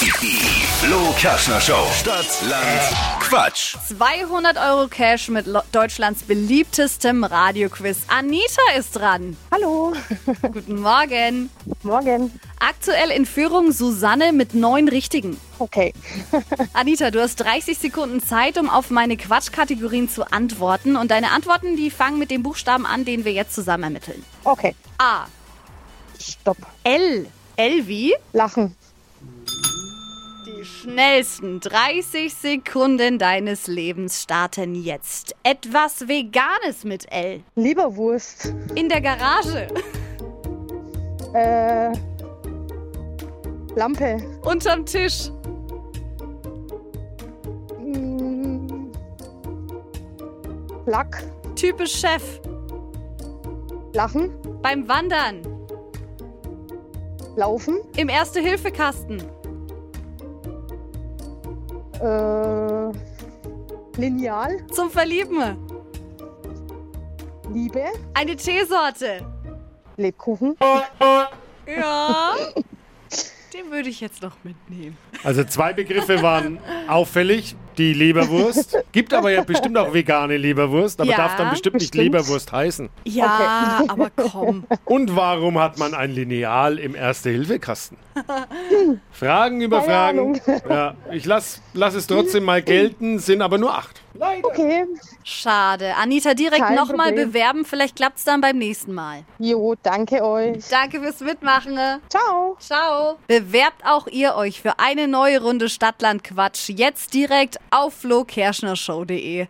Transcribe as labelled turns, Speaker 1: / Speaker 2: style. Speaker 1: Die Flo Kaschner Show. Stadt, Land, Quatsch.
Speaker 2: 200 Euro Cash mit Lo- Deutschlands beliebtestem Radioquiz. Anita ist dran.
Speaker 3: Hallo,
Speaker 2: Guten Morgen.
Speaker 3: morgen.
Speaker 2: Aktuell in Führung Susanne mit neun Richtigen.
Speaker 3: Okay,
Speaker 2: Anita, du hast 30 Sekunden Zeit, um auf meine Quatschkategorien zu antworten. Und deine Antworten, die fangen mit dem Buchstaben an, den wir jetzt zusammen ermitteln.
Speaker 3: okay.
Speaker 2: A.
Speaker 3: Stopp.
Speaker 2: L. L wie?
Speaker 3: Lachen.
Speaker 2: Die schnellsten 30 Sekunden deines Lebens starten jetzt. Etwas Veganes mit L.
Speaker 3: Leberwurst.
Speaker 2: In der Garage.
Speaker 3: Äh, Lampe.
Speaker 2: Unterm Tisch.
Speaker 3: Mm, Lack.
Speaker 2: Typisch Chef.
Speaker 3: Lachen.
Speaker 2: Beim Wandern.
Speaker 3: Laufen.
Speaker 2: Im Erste-Hilfe-Kasten.
Speaker 3: Äh, Lineal.
Speaker 2: Zum Verlieben.
Speaker 3: Liebe.
Speaker 2: Eine Teesorte.
Speaker 3: Lebkuchen.
Speaker 2: Ja. Den würde ich jetzt noch mitnehmen.
Speaker 4: Also zwei Begriffe waren auffällig. Die Leberwurst. Gibt aber ja bestimmt auch vegane Leberwurst, aber
Speaker 2: Ja,
Speaker 4: darf dann bestimmt, nicht
Speaker 3: bestimmt.
Speaker 4: Leberwurst heißen.
Speaker 2: Ja, aber komm.
Speaker 4: Und warum hat man ein Lineal im Erste-Hilfe-Kasten? Fragen über
Speaker 3: Hm. Keine Ahnung. Hm.
Speaker 4: Fragen. Ja, ich lass, lass es trotzdem mal gelten, sind aber nur acht.
Speaker 3: Okay.
Speaker 2: Schade. Anita, direkt
Speaker 3: Kein
Speaker 2: nochmal
Speaker 3: Problem.
Speaker 2: bewerben. Vielleicht klappt's dann beim nächsten Mal.
Speaker 3: Jo, danke euch.
Speaker 2: Danke fürs Mitmachen.
Speaker 3: Ciao.
Speaker 2: Ciao. Bewerbt auch ihr euch für eine neue Runde Stadtland Quatsch jetzt direkt auf flokerschnershow.de.